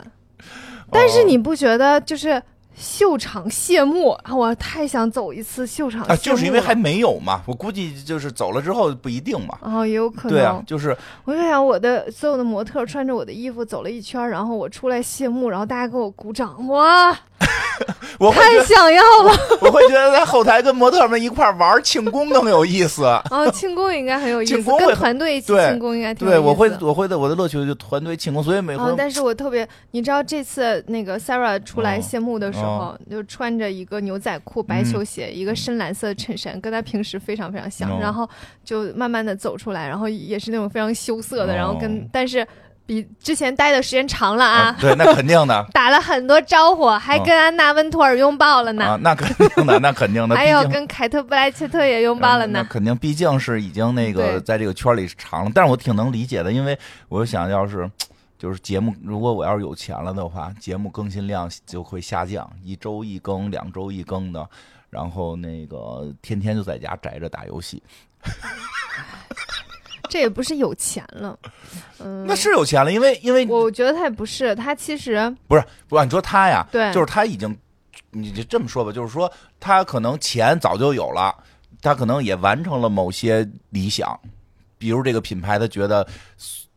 但是你不觉得就是秀场谢幕啊？我太想走一次秀场谢幕啊，就是因为了还没有嘛，我估计就是走了之后不一定嘛，哦，也有可能。对啊，就是我就想我的所有的模特穿着我的衣服走了一圈，然后我出来谢幕，然后大家给我鼓掌，哇，我会觉太得想要了！我会觉得在后台跟模特们一块儿玩儿庆功更有意思。 (laughs) 啊，庆功应该很有意思庆，功会跟很团队一起对庆功应该 (laughs) 挺有意对，思。我会我会的，我的乐趣就团队庆功，所以每回、啊！但是我特别，你知道这次那个 Sarah 出来哦嗯谢幕的时候，就穿着一个牛仔裤、白球鞋、一个深蓝色衬衫，跟她平时非常非常像。哦然后就慢慢的走出来，然后也是那种非常羞涩的，哦然后跟但是比之前待的时间长了啊，对，那肯定的 (laughs) 打了很多招呼，还跟安娜温图尔拥抱了呢。哦啊，那肯定的，那肯 (laughs) 定的，还毕有哎竟啊嗯跟凯特·布莱切特也拥抱了那呢。肯定，毕竟是已经那个对在这个圈里长了。但是我挺能理解的，因为我想要是。就是节目，如果我要是有钱了的话，节目更新量就会下降，一周一更，两周一更的，然后那个天天就在家宅着打游戏，这也不是有钱了，嗯，那是有钱了，因为因为我觉得他也不是，他其实不是，不，你说他呀，对就是他已经，你就这么说吧，就是说他可能钱早就有了，他可能也完成了某些理想，比如这个品牌，他觉得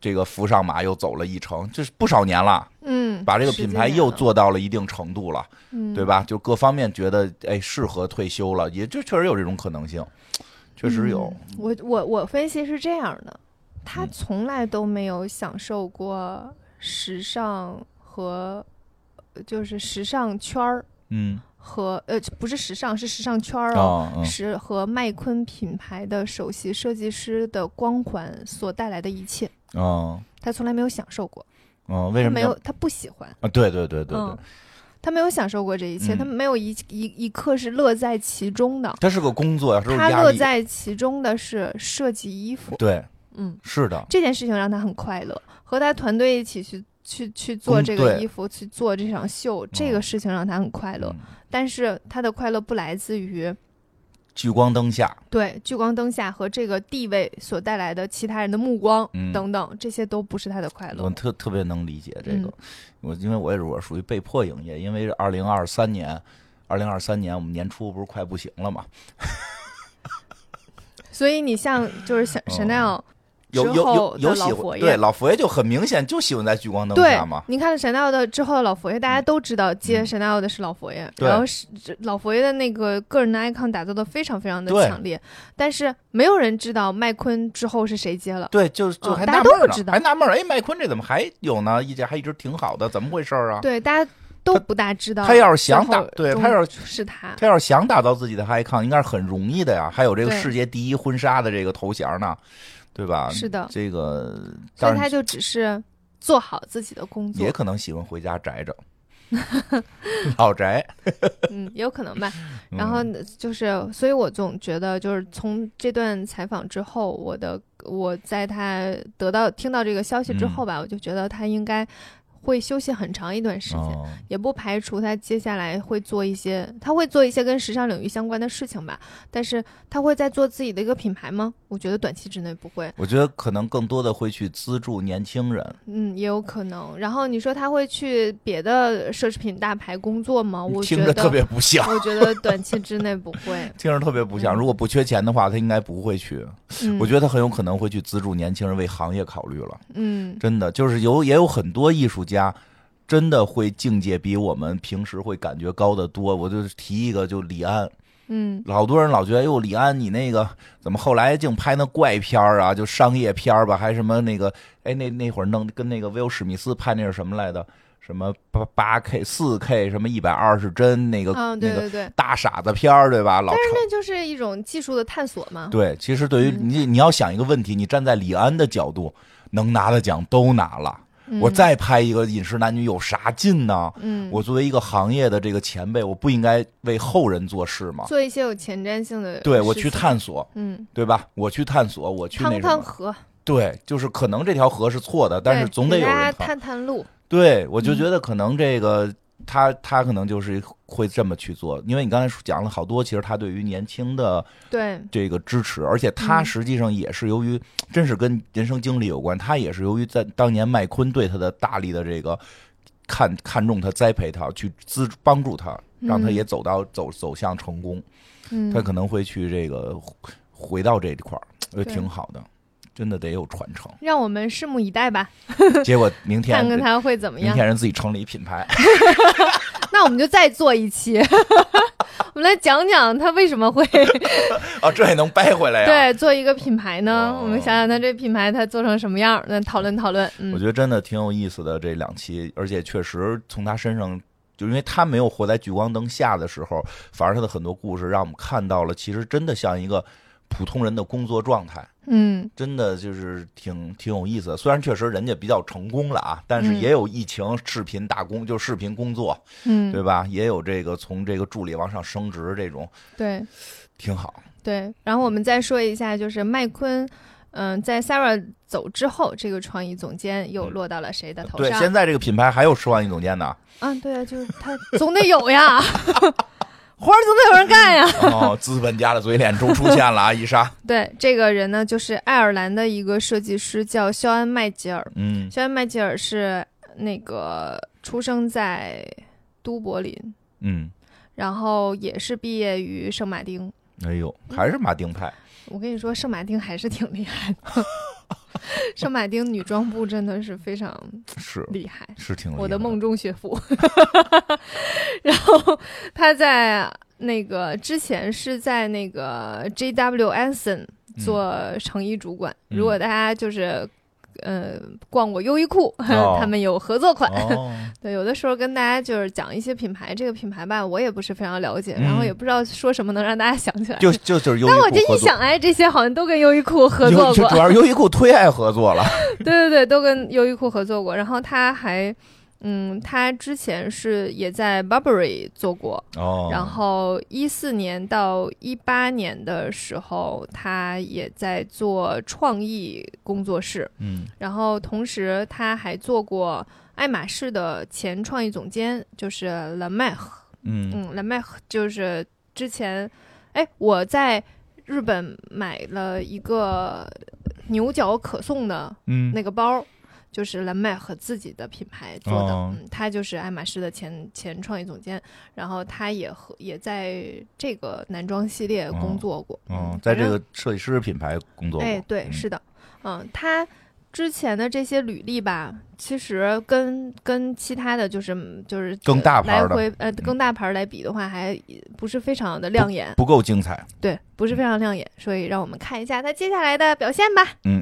这个扶上马又走了一程，这是不少年了，嗯，把这个十几品牌年又了，做到了一定程度了，嗯，对吧？就各方面觉得哎适合退休了，也就确实有这种可能性，确实有，嗯我我我分析是这样的，他嗯从来都没有享受过时尚和就是时尚圈儿嗯和呃不是时尚是时尚圈儿哦。啊嗯是和麦昆品牌的首席设计师的光环所带来的一切，嗯他从来没有享受过。嗯，为他什么没叫有，他不喜欢，啊？对对对对对嗯，他没有享受过这一切，嗯他没有一一一刻是乐在其中的。它是个工作呀，这是他压乐力，在其中的是设计衣服，对，嗯，是的。这件事情让他很快乐，和他团队一起去去去做工这个嗯对衣服，去做这场秀，这个事情让他很快乐。嗯但是他的快乐不来自于聚光灯下，对聚光灯下和这个地位所带来的其他人的目光嗯等等，这些都不是他的快乐我。特特别能理解这个嗯。我因为我也是我属于被迫营业，因为二零二三年，二零二三年我们年初不是快不行了嘛？所以你像就是像哦 Chanel 有之有后的有有老喜佛欢爷对老佛爷就很明显就喜欢在聚光灯对下嘛，。你看 Chanel 的之后的老佛爷，大家都知道接 Chanel 的是老佛爷，嗯对然后是这老佛爷的那个个人的 icon 打造的非常非常的对强烈，但是没有人知道麦昆之后是谁接了。对，就就嗯还大纳家都闷儿不知呢，道还纳闷儿，哎，麦昆这怎么还有呢？一直还一直挺好的，怎么回事儿啊？对，大家都他不大知道。他要是想最后打对终他要是他，他要是想打造自己的 icon，应该是很容易的呀，还有这个对世界第一婚纱的这个头衔呢，对吧？是的这个所当以他然就只是做好自己的工作也，可能喜欢回家宅着， (laughs) 老宅。嗯，也有可能吧。(laughs) 嗯然后呢就是，所以我总觉得，就是从这段采访之后，嗯我的我在他得到听到这个消息之后吧，我就觉得他应该会休息很长一段时间，哦也不排除他接下来会做一些，他会做一些跟时尚领域相关的事情吧。但是他会再做自己的一个品牌吗？我觉得短期之内不会，我觉得可能更多的会去资助年轻人。嗯，也有可能。然后你说他会去别的奢侈品大牌工作吗？我觉听着得，特别不像，。我觉得短期之内不会听着特别不像。嗯如果不缺钱的话，他应该不会去。嗯、 (laughs) 我觉得他很有可能会去资助年轻人，为行业考虑了。嗯，真的，就是有也有很多艺术家。真的会境界比我们平时会感觉高得多。我就提一个，就李安，嗯老多人老觉得，哟，李安你那个怎么后来净拍那怪片儿啊，就商业片儿吧，还什么那个，哎，那那会儿弄跟那个威尔史密斯拍那是什么来的？什么八八 K、四 K 什么一百二十帧那个、嗯，啊，对那个对对，大傻子片儿，对吧？老那就是嗯一种技术的探索嘛。对，其实对于你，你要想一个问题，你站在李安的角度，能拿的奖都拿了，嗯我再拍一个《饮食男女》有啥劲呢？嗯，我作为一个行业的这个前辈，我不应该为后人做事吗？做一些有前瞻性的，对我去，探索，嗯，对吧？我去探索，我去那趟什趟么？河，对，就是可能这条河是错的，但是对总得给有大家人趟。探嗯探路。对，我就觉得可能这个他他可能就是会这么去做，因为你刚才讲了好多，其实他对于年轻的对，这个支持，而且他嗯实际上也是由于，真是跟人生经历有关，他也是由于在当年麦昆对他的大力的这个看看重他、栽培他、去资帮助他，让他也走到走走向成功，嗯，他可能会去这个回回到这一块儿，我觉得对。挺好的，真的得有传承 (laughs) 让我们拭目以待吧，结果明天看看他会怎么明样。天人自己成立品牌， (laughs) 那我们就再做一期， (laughs) 我们来讲讲他为什么会啊，这也能掰回来呀、对做一个品牌呢？哦我们想想他这品牌他做成什么样，那讨论讨论。我嗯觉得真的挺有意思的这两期，而且确实从他身上，就因为他没有活在聚光灯下的时候，反而他的很多故事让我们看到了，其实真的像一个普通人的工作状态，嗯真的就是挺挺有意思的。虽然确实人家比较成功了啊，但是嗯也有疫情视频打工，就视频工作，对嗯，吧？也有这个从这个助理往上升职这种，对挺好。对。然后我们再说一下，就是麦昆。嗯，在 Sarah 走之后，这个创意总监又落到了谁的头对，上？现在这个品牌还有十万亿总监 (laughs) 呢。啊，对啊，就是他总得有呀， (laughs) 活儿总得有人干呀。哦，资本家的嘴脸中出现了啊，伊莎。对，这个人呢，就是爱尔兰的一个设计师，叫肖恩·麦吉尔。嗯，肖恩·麦吉尔是那个出生在都柏林，嗯，然后也是毕业于圣马丁。哎呦，还是马丁派。我跟你说，圣马丁还是挺厉害的。 (laughs) 圣马丁女装部真的是非常是厉害，是挺厉害我的梦中学府。 (laughs) 然后他在那个之前是在那个 JW Anson 做成衣主管。嗯如果大家就是呃逛过优衣库，哦 (laughs) 他们有合作款。哦， (laughs) 对，有的时候跟大家就是讲一些品牌，这个品牌吧，我也不是非常了解，嗯然后也不知道说什么能让大家想起来。就就就是优衣但库我这合一作想，哎，这些好像都跟优衣库合优作 (laughs) 就过主。要是优衣库忒爱合作了。 (laughs) 对对对，都跟优衣库合作过。然后他还，嗯，他之前是也在 Burberry 做过。哦 (laughs) 然后一四年到一八年的时候，他也在做创意工作室。嗯然后同时他还做过爱马仕的前创意总监，就是兰麦赫。嗯嗯，兰麦赫就是之前，哎，我在日本买了一个牛角可颂的嗯那个包，就是兰麦和自己的品牌做的，哦嗯，他就是爱马仕的前前创意总监，然后他也和也在这个男装系列工作过，哦嗯，在反这正个设计师品牌工作过。哎，对，嗯是的，嗯，他之前的这些履历吧，其实跟跟其他的就是就是更大牌来儿的嗯回呃更大牌儿来比的话，还不是非常的亮眼，不够精彩。对，不是非常亮眼，所以让我们看一下他接下来的表现吧。 (laughs) 嗯，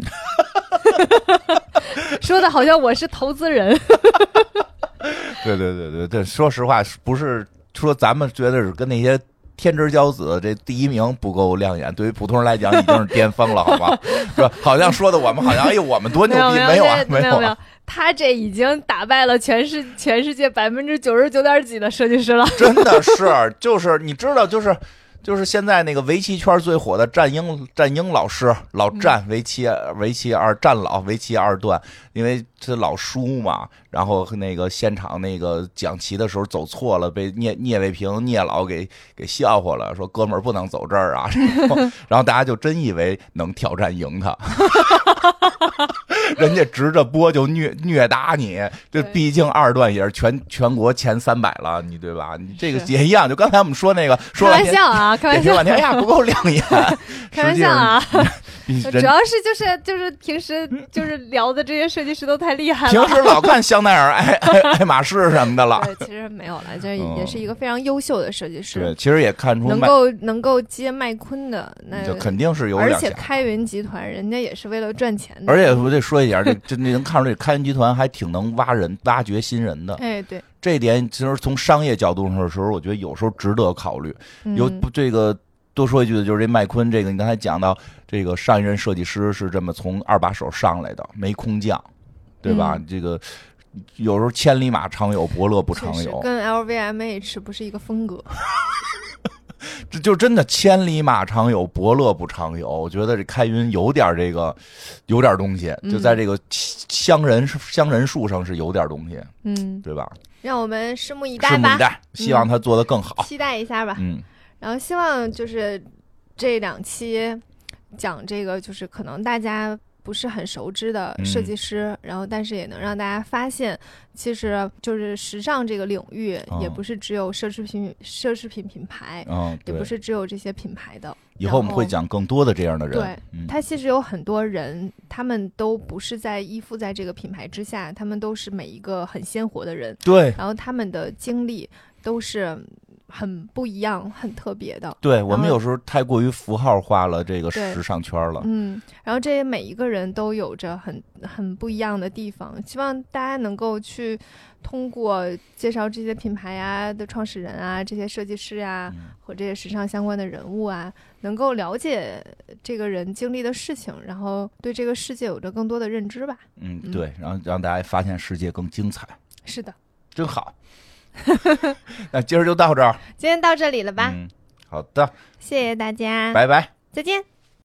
说的好像我是投资人，对对对对对，说实话，不是说咱们觉得是跟那些。天之骄子，这第一名不够亮眼，对于普通人来讲已经是巅峰了，好 (laughs) 吧？是吧？好像说的我们好像，哎呦，我们多牛没有逼，有啊，没有没啊有，，他这已经打败了全世全世界百分之九十九点几的设计师了。真的是，就是你知道，就是。就是现在那个围棋圈最火的战英战英老师，老战围棋围棋二战老围棋二段，因为他老输嘛，然后那个现场那个讲棋的时候走错了，被聂聂卫平聂老给给笑话了，说哥们儿不能走这儿 (laughs) 啊，然后然后大家就真以为能挑战赢他， (laughs) 人家直着播就虐虐打你，这对毕竟二段也是全全国前三百了，你对吧？你这个是也一样，就刚才我们说那个开 (laughs) 说半玩天。笑啊， (laughs) 开玩点评笑，半天，哎呀，不够亮眼， (laughs) 开玩笑啊。实际上主人要是就是就是平时就是聊的这些设计师都太厉害了。平时老看香奈 (laughs) 儿、 (laughs) 爱爱爱马仕什么的了。对，其实没有了，这嗯也是一个非常优秀的设计师对，，其实也看出能麦，够能够接麦昆的那，就肯定是有而点且钱。开云集团人家也是为了赚钱的。而且我得说一点，这这你能看出这开源集团还挺能挖人、挖掘新人的。哎，对，这一点其实从商业角度上的时候，我觉得有时候值得考虑。嗯有这个多说一句的就是这麦昆，这个你刚才讲到，这个上一任设计师是这么从二把手上来的，没空降，对吧？嗯这个有时候千里马常有，伯乐不常确实有，跟 LVMH 不是一个风格。这就真的千里马常有，伯乐不常有。我觉得这开云有点这个，有点东西，就嗯在这个香人香人树上是有点东西，嗯，对吧？让我们拭目以拭待目以吧，嗯待，希望他做得更好。期待一下吧。嗯，然后希望就是这两期讲这个，就是可能大家不是很熟知的嗯设计师，然后但是也能让大家发现，其实就是时尚这个领域哦也不是只有奢侈品、奢侈品品牌，嗯，也对不，是只有这些品牌的，以后我们然后会讲更多的这样的人。对嗯，它其实有很多人，他们都不是在依附在这个品牌之下，他们都是每一个很鲜活的人，对，然后他们的经历都是很不一样、很特别的。对我然们后有时候太过于符号化了这个对时尚圈了。嗯，然后这些每一个人都有着很很不一样的地方，希望大家能够去通过介绍这些品牌啊的创始人啊、这些设计师啊嗯和这些时尚相关的人物啊，能够了解这个人经历的事情，然后对这个世界有着更多的认知吧。嗯，嗯对，然后让大家发现世界更精彩，是的，真好。 (laughs) 那今儿就到这儿今天到这里了吧，嗯，好的，谢谢大家，嗯拜拜。再见。